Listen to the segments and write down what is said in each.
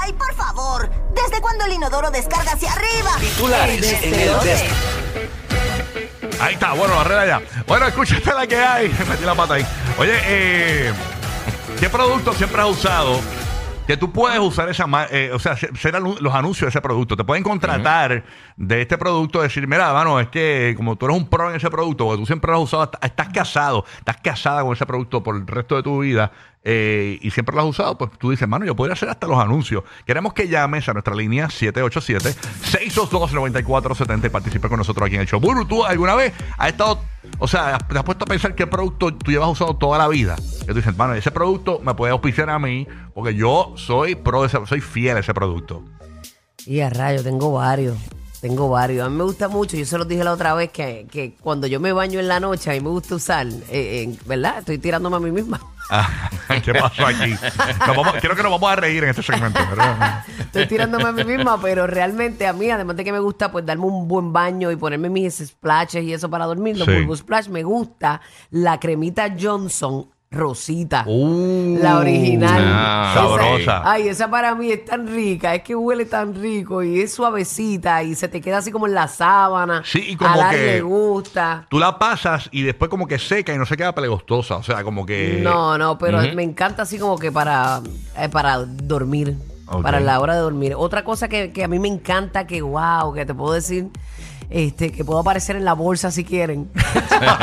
¡Ay, por favor! ¿Desde cuándo el inodoro descarga hacia arriba? Titulares en el test. Ahí está, bueno, barrera ya. Bueno, escúchate la que hay. Metí la pata ahí. Oye, eh, ¿qué producto siempre has usado? Que tú puedes usar esa ma- eh, o sea, se- ser anu- los anuncios de ese producto. Te pueden contratar de este producto, decir, mira, mano, es que como tú eres un pro en ese producto, porque tú siempre lo has usado, hasta- estás casado, estás casada con ese producto por el resto de tu vida eh, y siempre lo has usado, pues tú dices, mano, yo podría hacer hasta los anuncios. Queremos que llames a nuestra línea 787-622-9470 y participe con nosotros aquí en el show. Buru, tú alguna vez has estado, o sea, te has puesto a pensar qué producto tú llevas usado toda la vida. Y tú dices, mano, ese producto me puede auspiciar a mí porque yo soy pro, de ese- soy fiel a ese producto. Y a rayo, tengo varios. Tengo varios. A mí me gusta mucho. Yo se los dije la otra vez que, que cuando yo me baño en la noche, a mí me gusta usar, eh, en- ¿verdad? Estoy tirándome a mí misma. Ah, ¿Qué pasó aquí? Nos vamos- creo que nos vamos a reír en este segmento. ¿verdad? Estoy tirándome a mí misma, pero realmente a mí, además de que me gusta pues darme un buen baño y ponerme mis splashes y eso para dormir, los Sí. bulbo splash, me gusta la cremita Johnson rosita. Uh, La original. ah, Esa- sabrosa. ay, esa para mí es tan rica, es que huele tan rico y es suavecita y se te queda así como en la sábana. Sí, y como a darle que- gusta. Tú la pasas y después como que seca y no se queda pelegostosa. O sea, como que... No, no, pero me encanta así como que para, eh, para dormir, Ok. para la hora de dormir. Otra cosa que, que a mí me encanta, que wow, que te puedo decir, este, que puedo aparecer en la bolsa si quieren.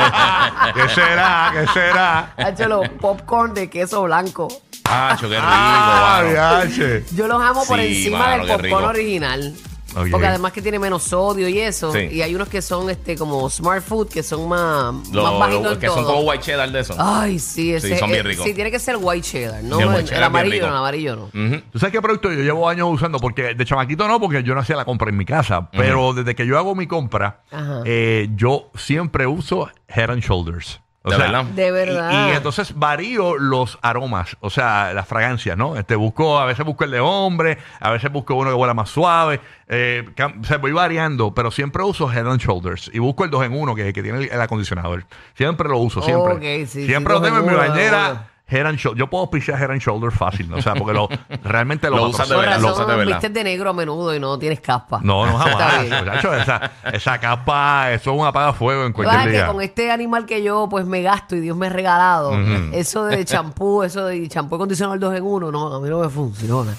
¿Qué será? ¿Qué será? Hacho, los popcorn de queso blanco. Hacho, qué rico, Ah, mano. viaje. Yo los amo por Sí, encima del mano, qué popcorn rico. original. Ok. Porque además que tiene menos sodio y eso. Sí. Y hay unos que son este como smart food, que son más, Lo- más lo- bajitos en que son todo. Ah. como white cheddar de esos. Ay, sí, ese, son bien eh, ricos. sí, tiene que ser white cheddar, ¿no? Sí, el el, white cheddar es bien amarillo, rico. Mm, no, el amarillo no. ¿Tú sabes qué producto yo llevo años usando? Porque de chamaquito no, porque yo no hacía la compra en mi casa. Pero desde que yo hago mi compra, Ajá. eh, yo siempre uso Head and Shoulders. O De verdad. De Y, verdad. y entonces varío los aromas, o sea, las fragancias, ¿no? Este busco, a veces busco el de hombre, a veces busco uno que huela más suave. Eh, cam- o sea, voy variando, pero siempre uso Head and Shoulders. Y busco el 2 en 1 que, que tiene el, el acondicionador. Siempre lo uso, siempre. Ok, sí, siempre sí, lo tengo en mi 2 en 1, bañera. Head and Shoulders. Yo puedo pichar Head and Shoulders fácil, ¿no? O sea, porque lo, realmente lo, Lo usan de Por patrocinan. verdad, lo usas razón, de verdad. vistes de negro a menudo y no tienes caspa. No, no Está jamás. bien. muchacho, esa, esa capa, eso es un apagafuego en Lo que pasa cualquier es que día. con este animal que yo pues me gasto y Dios me ha regalado, eso de champú, eso de champú y condicionador dos en uno, no, a mí no me funciona.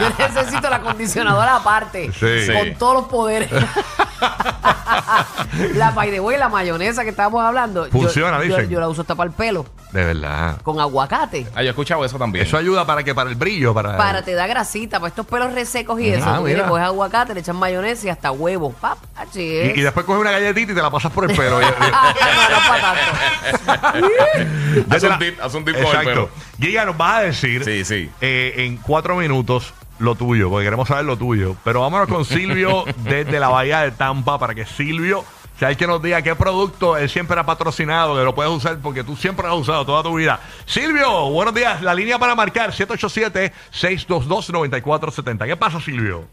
yo necesito la acondicionadora aparte, Sí. con Sí. todos los poderes. la by the way, la mayonesa que estábamos hablando, yo- Funciona, yo, dicen. yo la uso hasta para el pelo, De verdad. con aguacate. Ah, yo he escuchado eso también. Eso ayuda para que para el brillo, para. Para te da grasita, para estos pelos resecos y Ujú. eso. Ah, tú le mira. coges aguacate, le echas mayonesa y hasta huevos. Pap, así es. Y, y después coges una galletita y te la pasas por el pelo. Y- y- No, no es pa' tanto. Haz Desde un la- dip, haz un dip con el Exacto. pelo. Giga, nos vas a decir Sí, sí. eh, en cuatro minutos lo tuyo, porque queremos saber lo tuyo. Pero vámonos con Silvio desde la Bahía de Tampa para que Silvio sea el que nos diga qué producto él siempre ha patrocinado, que lo puedes usar porque tú siempre lo has usado toda tu vida. Silvio, buenos días. La línea para marcar 787-622-9470. ¿Qué pasa, Silvio?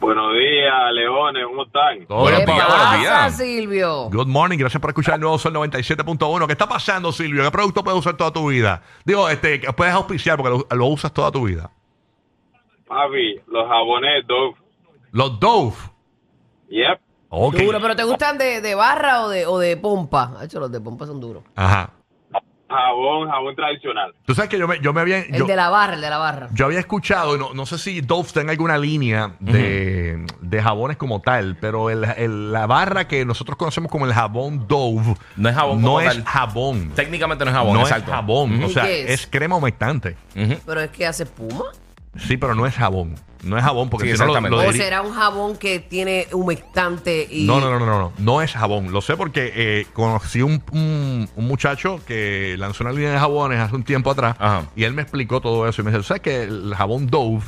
Buenos días, leones, ¿cómo están? Todo Buenos ¿Qué bien, papá. días, pasa, buenos días. Silvio? Good morning, gracias por escuchar el nuevo Sol 97.1. ¿Qué está pasando, Silvio? ¿Qué producto puedes usar toda tu vida? Digo, este, que puedes auspiciar porque lo, lo usas toda tu vida. Papi, los jabones Dove. Los Dove. Yep. Ok. Duro, pero ¿te gustan de, de barra o de, o de pompa? Hacho, los de pompa son duros. Ajá. Jabón, jabón tradicional. Tú sabes que yo me, yo me había. El yo- de la barra, el de la barra. Yo había escuchado, y no, no sé si Dove tenga alguna línea de, de jabones como tal, pero el- el- la barra que nosotros conocemos como el jabón Dove No es jabón No como es tal. jabón. Técnicamente no es jabón, no exacto. es jabón. Ujú. O ¿Y sea, qué es? es? crema humectante. Pero es que hace espuma. Sí, pero no es jabón. No es jabón, porque Sí, si no lo, lo exactamente. O diri- será un jabón que tiene humectante y. No, no, no, no, no, no. No es jabón. Lo sé porque eh, conocí un, un- un muchacho que lanzó una línea de jabones hace un tiempo atrás Ajá. y él me explicó todo eso y me dice, ¿sabes que el jabón Dove,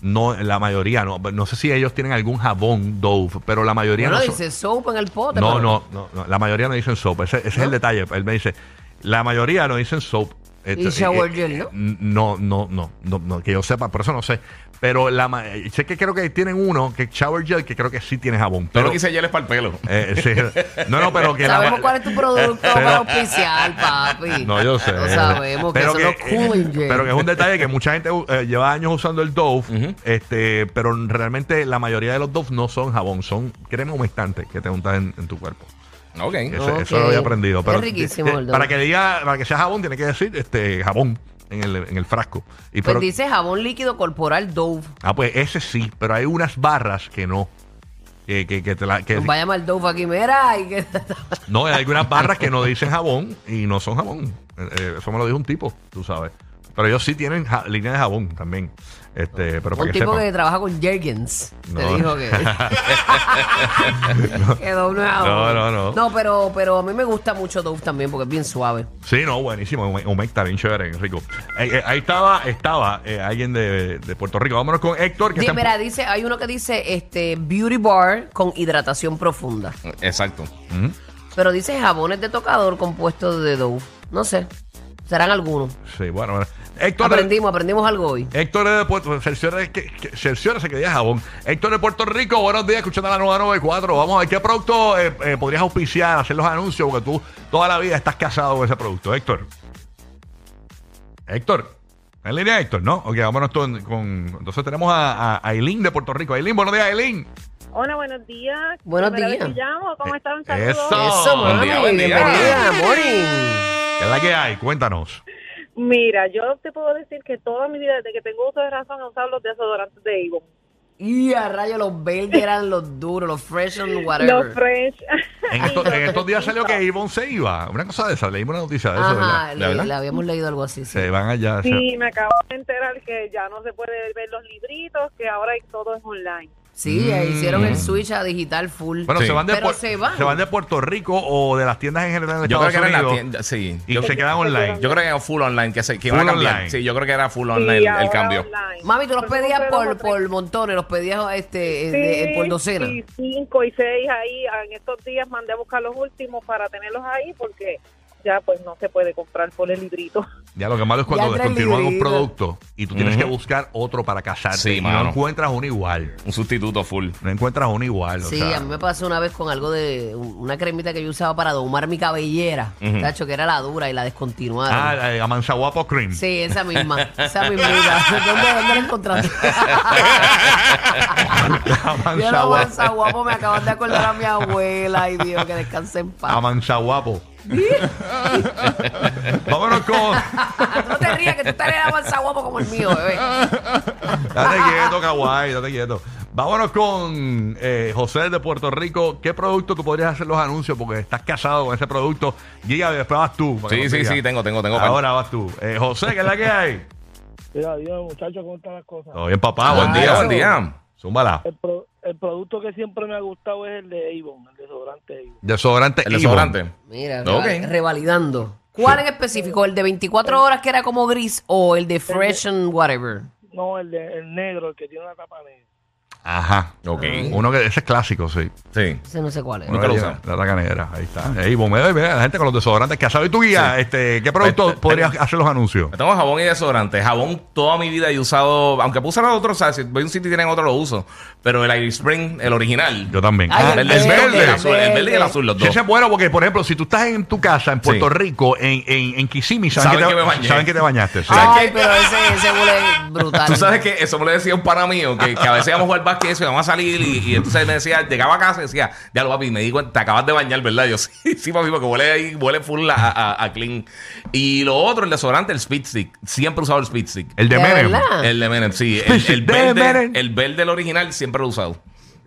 no, la mayoría, no, no sé si ellos tienen algún jabón Dove, pero la mayoría Bueno, no, son- dice soap en el pote. no, pero- no, no, no, la mayoría no dicen soap. Ese, ese es el detalle. Él me dice, la mayoría no dicen soap. Esto- shower eh, gel, ¿no? No, no, no, no, no, que yo sepa, por eso no sé. Pero la ma- eh, sé que creo que tienen uno que es shower gel que creo que sí tiene jabón. Todo Pero lo que hice ayer es para el pelo. eh, sí. No, no, pero que la- Sabemos cuál es tu producto Pero- para auspiciar, papi. No, yo sé. Lo sabemos, que Pero eh, son los cooling gel. Pero que es un detalle que mucha gente eh, lleva años usando el Dove, este, pero realmente la mayoría de los Dove no son jabón, son crema humectante que te untas en- en tu cuerpo. Ok. Ese- Ok. Eh, Eso lo había aprendido. Es Pero, riquísimo el eh, Dove. Para que diga, para que sea jabón, tiene que decir este jabón en el, en el frasco. Y Pues pero- dice jabón líquido corporal Dove. ah, pues ese sí, pero hay unas barras que no. Que, que, que te la, que- Nos va a llamar Dove aquí, mira. Y que... no, hay algunas barras que no dicen jabón y no son jabón. Eh, eh, eso me lo dijo un tipo, tú sabes. Pero ellos sí tienen ja- línea de jabón también. Este, pero para un que tipo sepan. que trabaja con Jergens. No. Te dijo que. que Dove no es jabón. No, no, no. No, pero, pero a mí me gusta mucho Dove también porque es bien suave. Sí, no, buenísimo. hume- Humecta, bien chévere, rico. Eh, eh, ahí estaba, estaba eh, alguien de, de Puerto Rico. Vámonos con Héctor, que Di- está en- mira, dice, hay uno que dice este Beauty Bar con hidratación profunda. Exacto. Pero dice jabones de tocador compuestos de Dove. No sé. Serán algunos. Sí, bueno, bueno. Héctor, Aprendimos, aprendimos algo hoy. Héctor de Puerto cerciórese que, que- cerciórese que diga jabón. Héctor de Puerto Rico, buenos días, escuchando la nueva 94. Vamos a ver qué producto eh, eh, podrías auspiciar, hacer los anuncios, porque tú toda la vida estás casado con ese producto. Héctor. Héctor. ¿Está en línea Héctor? No. Ok, vámonos con... con- entonces tenemos a, a Aileen de Puerto Rico. Aileen, buenos días, Aileen. Hola, buenos días. Buenos Primera vez días. que llamo. ¿Cómo están? Saludos. Eso. Eso, Buen mami. día, buen día. Bienvenida, Mori. ¿Qué es la que hay? Cuéntanos. Mira, yo te puedo decir que toda mi vida, desde que tengo uso de razón, he usado los desodorantes de Avon. Y a rayo, los verdes eran los duros, los fresh and Los whatever. Fresh. En, Y estos- los en estos días salió que Fresh. Ivonne se iba. Una cosa de esa. Leímos una noticia de eso, ¿verdad? Ajá, ¿De verdad? le, le habíamos leído algo así. Sí. Se van allá. se- Sí, me acabo de enterar que ya no se puede ver los libritos, que ahora todo es online. Sí, eh, hicieron el Mm. switch a digital full. Bueno, Sí. se, van de Pero Puer- se van. de Puerto Rico o de las tiendas en general de Yo creo Estados que era en la Unidos tienda. Sí. y Yo, se quedan online. yo creo que era full online. Que se, que iban Full a cambiar. online. Sí, yo creo que era full Sí, online el- el, ahora cambio. online. Mami, tú los Porque pedías compré por, dos o por tres. montones, los pedías este, eh, de- Sí, por docena. sí, cinco y seis ahí. En estos días mandé a buscar los últimos para tenerlos ahí porque ya pues no se puede comprar por el librito. Ya lo que malo es cuando Ya trae descontinúan un librito. producto y tú tienes Ujú. que buscar otro para casarte. Sí, y no mano. encuentras uno igual. Un sustituto full. No encuentras uno igual. o Sí, sea. a mí me pasó una vez con algo de una cremita que yo usaba para domar mi cabellera, Ujú. tacho, que era la dura y la descontinuaron. Ah, la de Amanzaguapo Cream. Sí, esa misma, esa mismita. ¿Dónde, dónde la encontraste? Yo no Amanzagua- avanza guapo, me acabas de acordar a mi abuela. Ay, Dios, que descanse en paz. Amanzaguapo. Vámonos con. Ah, no te rías, que tú estás en avanza guapo como el mío, bebé. Date quieto, Kawaii, date quieto. Vámonos con eh, José de Puerto Rico. ¿Qué producto tú podrías hacer los anuncios? Porque estás casado con ese producto. Giga, después vas tú. para Sí, que nos sí, digas. sí, tengo, tengo, tengo. Ahora vas tú. Eh, José, ¿qué es la que hay? Mira, Dios, muchachos, ¿cómo están las cosas? Todo bien, papá. buen buen día, día. Ah, buen día. Zúmbala. El, pro- el producto que siempre me ha gustado es el de Avon, el desodorante Avon. Desodorante. El Avon. desodorante. Mira, Ok. reval- revalidando. ¿Cuál en específico? ¿El de 24 horas que era como gris o el de fresh and whatever? No, el, de, el negro, el que tiene la tapa negra. Ajá. Ok. Uno que, ese es clásico, sí. Sí. Ese no sé cuál es. Bueno, Nunca lo Ahí, usamos. La tacanera, ahí está. Ey, vos, mira, mira, la gente con los desodorantes casados. ¿Y tu guía? Sí. Este, ¿Qué producto Pues, podrías tengo- hacer los anuncios? Tengo jabón y desodorante. Jabón toda mi vida he usado, aunque puse los otros, ¿sabes? Si voy a un sitio y tienen otro, lo uso. Pero el Iris Spring, el original. Yo también. Ay, Ah, el, el verde, verde, y el azul, el verde y el verde. azul, los Sí, dos. ese es bueno porque, por ejemplo, si tú estás en tu casa en Puerto Sí. Rico, en, en, en Kissimmee, saben, Saben que te, que me bañé. saben que te bañaste. sí. Ah, Ay, pero ese, ese huele brutal. Tú sabes que eso me lo decía un pana mío, que, que a veces íbamos a jugar pensabas que eso, vamos a salir y, y entonces me decía, llegaba a casa y decía, ya lo papi, me di cuenta, te acabas de bañar, ¿verdad? Yo sí, sí papi, porque huele ahí, huele full a, a, a clean. Y lo otro, el desodorante, el speed stick. Siempre he usado el speed stick. Ah. El de ¿De Menem. verdad? El de Menem, sí. El, el De verde, Menem. el verde, el original, siempre lo he usado.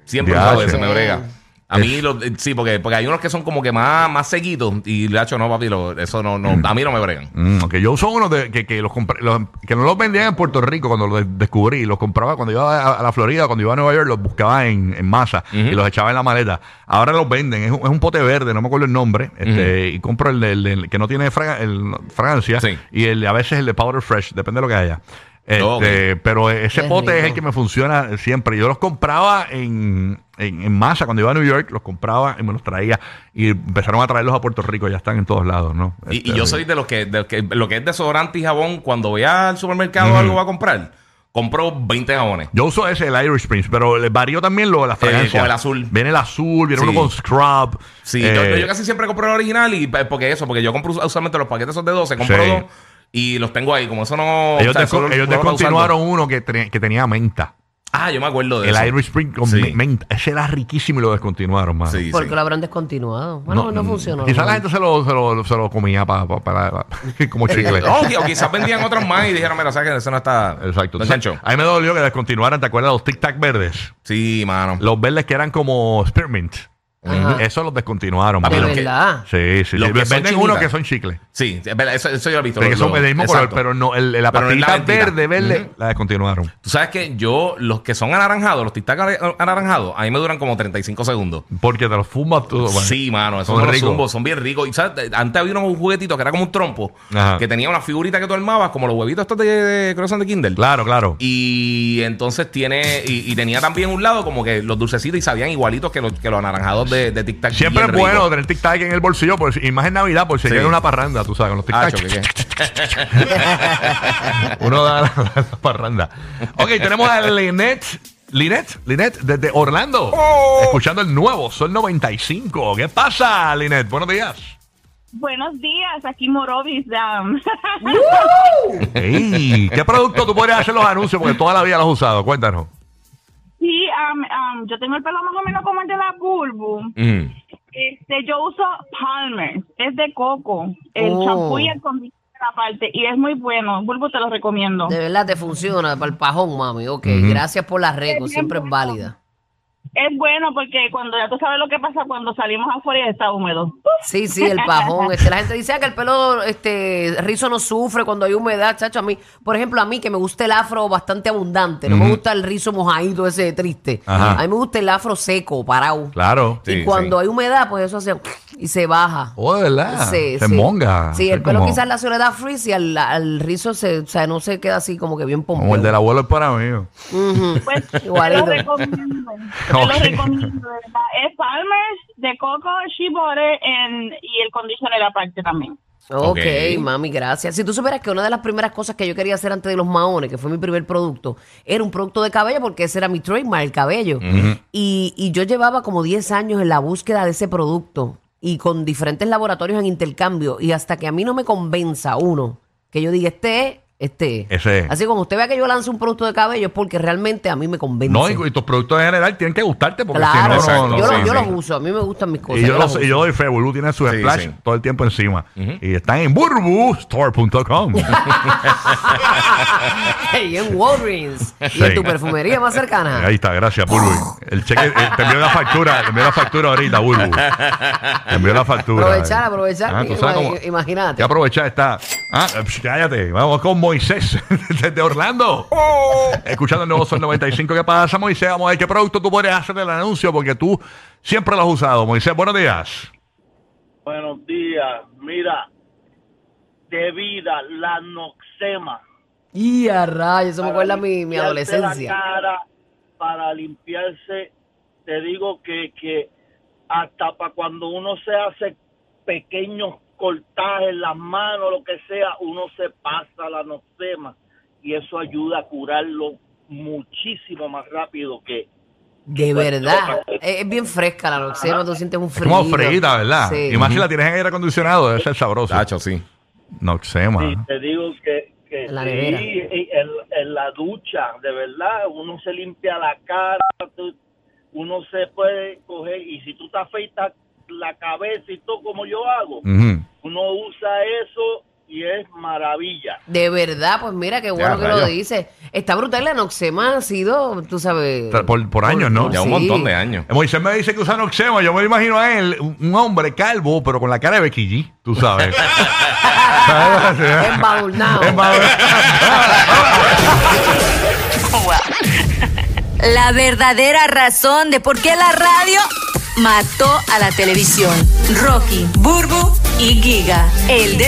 Siempre lo he Diache. usado ese, me brega. A mí, lo- eh, sí, porque, porque hay unos que son como que más, más seguidos y le ha hecho, no, papi, lo- eso no, no, a mí no me bregan. Mm, ok, yo uso uno de, que, que los compré- los- que no los vendían en Puerto Rico cuando los de- descubrí. Los compraba cuando iba a, a la Florida, cuando iba a Nueva York, los buscaba en, en masa y los echaba en la maleta. Ahora los venden, es un, es un pote verde, no me acuerdo el nombre. este, Y compro el, de- el de- el que no tiene Fra- el- Francia Sí. Oh, y el, de- a veces el de Powder Fresh, depende de lo que haya. Este, Ok. Pero ese Qué pote es el rico. que me funciona siempre. Yo los compraba en, en, en masa cuando iba a New York, los compraba y me los traía. Y empezaron a traerlos a Puerto Rico, ya están en todos lados, ¿no? Y, y Este, yo soy de los que, de los que lo que es desodorante y jabón, cuando voy al supermercado o algo voy a comprar, compro 20 jabones. Yo uso ese, el Irish Prince, pero le varió también lo de la fragancia. Eh, con el azul. Viene el azul, viene Sí. uno con scrub. Sí, eh, yo, yo- yo casi siempre compro el original y eh, porque eso, porque yo compro us- usualmente los paquetes esos de 12, compro Sí. dos y los tengo ahí, como eso no... Ellos, o sea, desco- solo- ellos solo para descontinuaron usarlo. uno que, tre- que tenía menta. Ah, yo me acuerdo de El eso. Irish Spring con Sí. me- menta. Ese era riquísimo y lo descontinuaron, mano. Sí, Porque sí. mm, lo habrán descontinuado. Bueno, no, funcionó. Quizás ¿no? la gente se lo, se lo, se lo comía para como chicle. Oh, qui- o quizás vendían otras más y dijeron, mira, sabes que eso no está... Exacto. No enganchó. A mí me dolió que descontinuaran, ¿te acuerdas? Los Tic Tac verdes. Sí, mano. Los verdes que eran como spearmint. Ajá. Eso los descontinuaron. Papi, mano. De lo que- verdad. Sí, sí. Los sí. que son Venden uno chinitas. que son chicles. Sí, es verdad, eso, eso yo lo he visto. Pero lo- que son lo- del mismo color, exacto. pero no, el, el- la Pero no es la pastillita mentira. verde, verde, la descontinuaron. Tú sabes que yo, los que son anaranjados, los tic-tac ara- anaranjados, a mí me duran como 35 segundos. Porque te lo fumas todo. bueno. Sí, mano, esos Son son ricos. son bien ricos. Y, ¿sabes? Antes había unos juguetitos que era como un trompo, Ajá. que tenía una figurita que tú armabas, como los huevitos estos de, de creo que son de Kindle. Claro, claro. Y entonces tiene, y, y tenía también un lado como que los dulcecitos y sabían igualitos que los, que los anaranjados de, de Tic Tac. Siempre bien es bueno ricos. tener tic tac en el bolsillo, por si- y más en Navidad, por si Sí. llega una parranda, tú sabes, con los tic Ah, tac. choque, ¿qué? Uno da la, la- la parranda. Ok, tenemos a Linette. Linette, Linette, desde Orlando. Oh. Escuchando el nuevo, son 95. ¿Qué pasa, Linette? Buenos días. Buenos días, aquí Morovis. um, Ey, ¿Qué producto tú podrías hacer los anuncios? Porque toda la vida los has usado. Cuéntanos. sí, um, um, yo tengo el pelo más o menos como el de la Bulbu. Mm. Este, yo uso Palmer, es de coco, el Oh. champú y el condicionador aparte, y es muy bueno. Bulbu, te lo recomiendo. De verdad te funciona para el pajón, mami. Ok, gracias por la reco, siempre es válida. Es bueno porque cuando ya tú sabes lo que pasa cuando salimos afuera y está húmedo. Sí, sí, el pajón. Este, la gente dice ah, que el pelo este, rizo no sufre cuando hay humedad, chacho. A mí, por ejemplo, a mí que me gusta el afro bastante abundante. No me gusta el rizo mojadito ese triste. Ajá. A mí me gusta el afro seco, parado. Claro. Sí, y cuando hay humedad, pues eso hace y se baja. Oh, de verdad. Sí, se sí. monga. Sí, Eso el es pelo como- quizás la soledad frizz y al, al rizo se, o sea, no se queda así como que bien pompeo. Como el del abuelo es para mí. Ujú. Pues te Igualito. lo recomiendo. Te Ok. lo recomiendo, de verdad. Es Palmer, de coco, shibore en, y el condicionador aparte también. Ok, Ok. mami, gracias. Si tú supieras que una de las primeras cosas que yo quería hacer antes de los maones, que fue mi primer producto, era un producto de cabello porque ese era mi trademark, el cabello. y, y yo llevaba como 10 años en la búsqueda de ese producto y con diferentes laboratorios en intercambio. Y hasta que a mí no me convenza uno que yo diga, este es, este es. Ese es. Así como usted vea que yo lanzo un producto de cabello es porque realmente a mí me convence. No, y, y tus productos en general tienen que gustarte porque claro, si no, no, no. yo, sí, lo- yo sí. los uso, a mí me gustan mis cosas. Y yo yo, las lo- uso. y yo doy fe, Burbu tiene su Sí, splash sí. todo el tiempo encima. Y están en burbustore.com. y en Walgreens. Y Sí. en tu perfumería más cercana. Ahí está, gracias, Burbu. El cheque, eh, te envió la factura, te envió la factura ahorita, Burbu. Te envió la factura. Aprovechar, aprovechar. Ah, tú sabes cómo- Ima- Imagínate. Ya aprovechar está. Ah, psh, cállate. Vamos con Moisés desde Orlando. Escuchando el nuevo Sol 95. ¿Qué pasa, Moisés? Vamos a ver qué producto tú puedes hacer el anuncio porque tú siempre lo has usado. Moisés, buenos días. Buenos días. Mira, de vida, la noxema. Y a rayos, eso me Para acuerda a mi, mi limpiarse La adolescencia. cara, para limpiarse, te digo que, que hasta para cuando uno se hace pequeños cortajes en las manos, lo que sea, uno se pasa la noxema y eso ayuda a curarlo muchísimo más rápido que De verdad. Es, es bien fresca la noxema, tú sientes un Es frío. como freída, ¿verdad? Sí. Y más si la tienes en aire acondicionado, debe ser sabroso. Tacho, sí. Noxema. Sí, te digo que, que En la sí, nevera. y- y en, en la ducha, de verdad, uno se limpia la cara, tú- uno se puede coger y si tú te afeitas la cabeza y todo como yo hago, Mm. Ujú. uno usa eso y es maravilla. De verdad, pues mira, qué bueno Ya, que lo rayos. dices. Está brutal, la Noxema ha sido, tú sabes... Por, por años, ¿no? Ya un Sí. montón de años. Eh, Moisés me dice que usa noxema. Yo me imagino a él, un un hombre calvo, pero con la cara de Becky G, tú sabes. Embadurnado. La verdadera razón de por qué la radio mató a la televisión. Rocky, Burbu y Giga. El de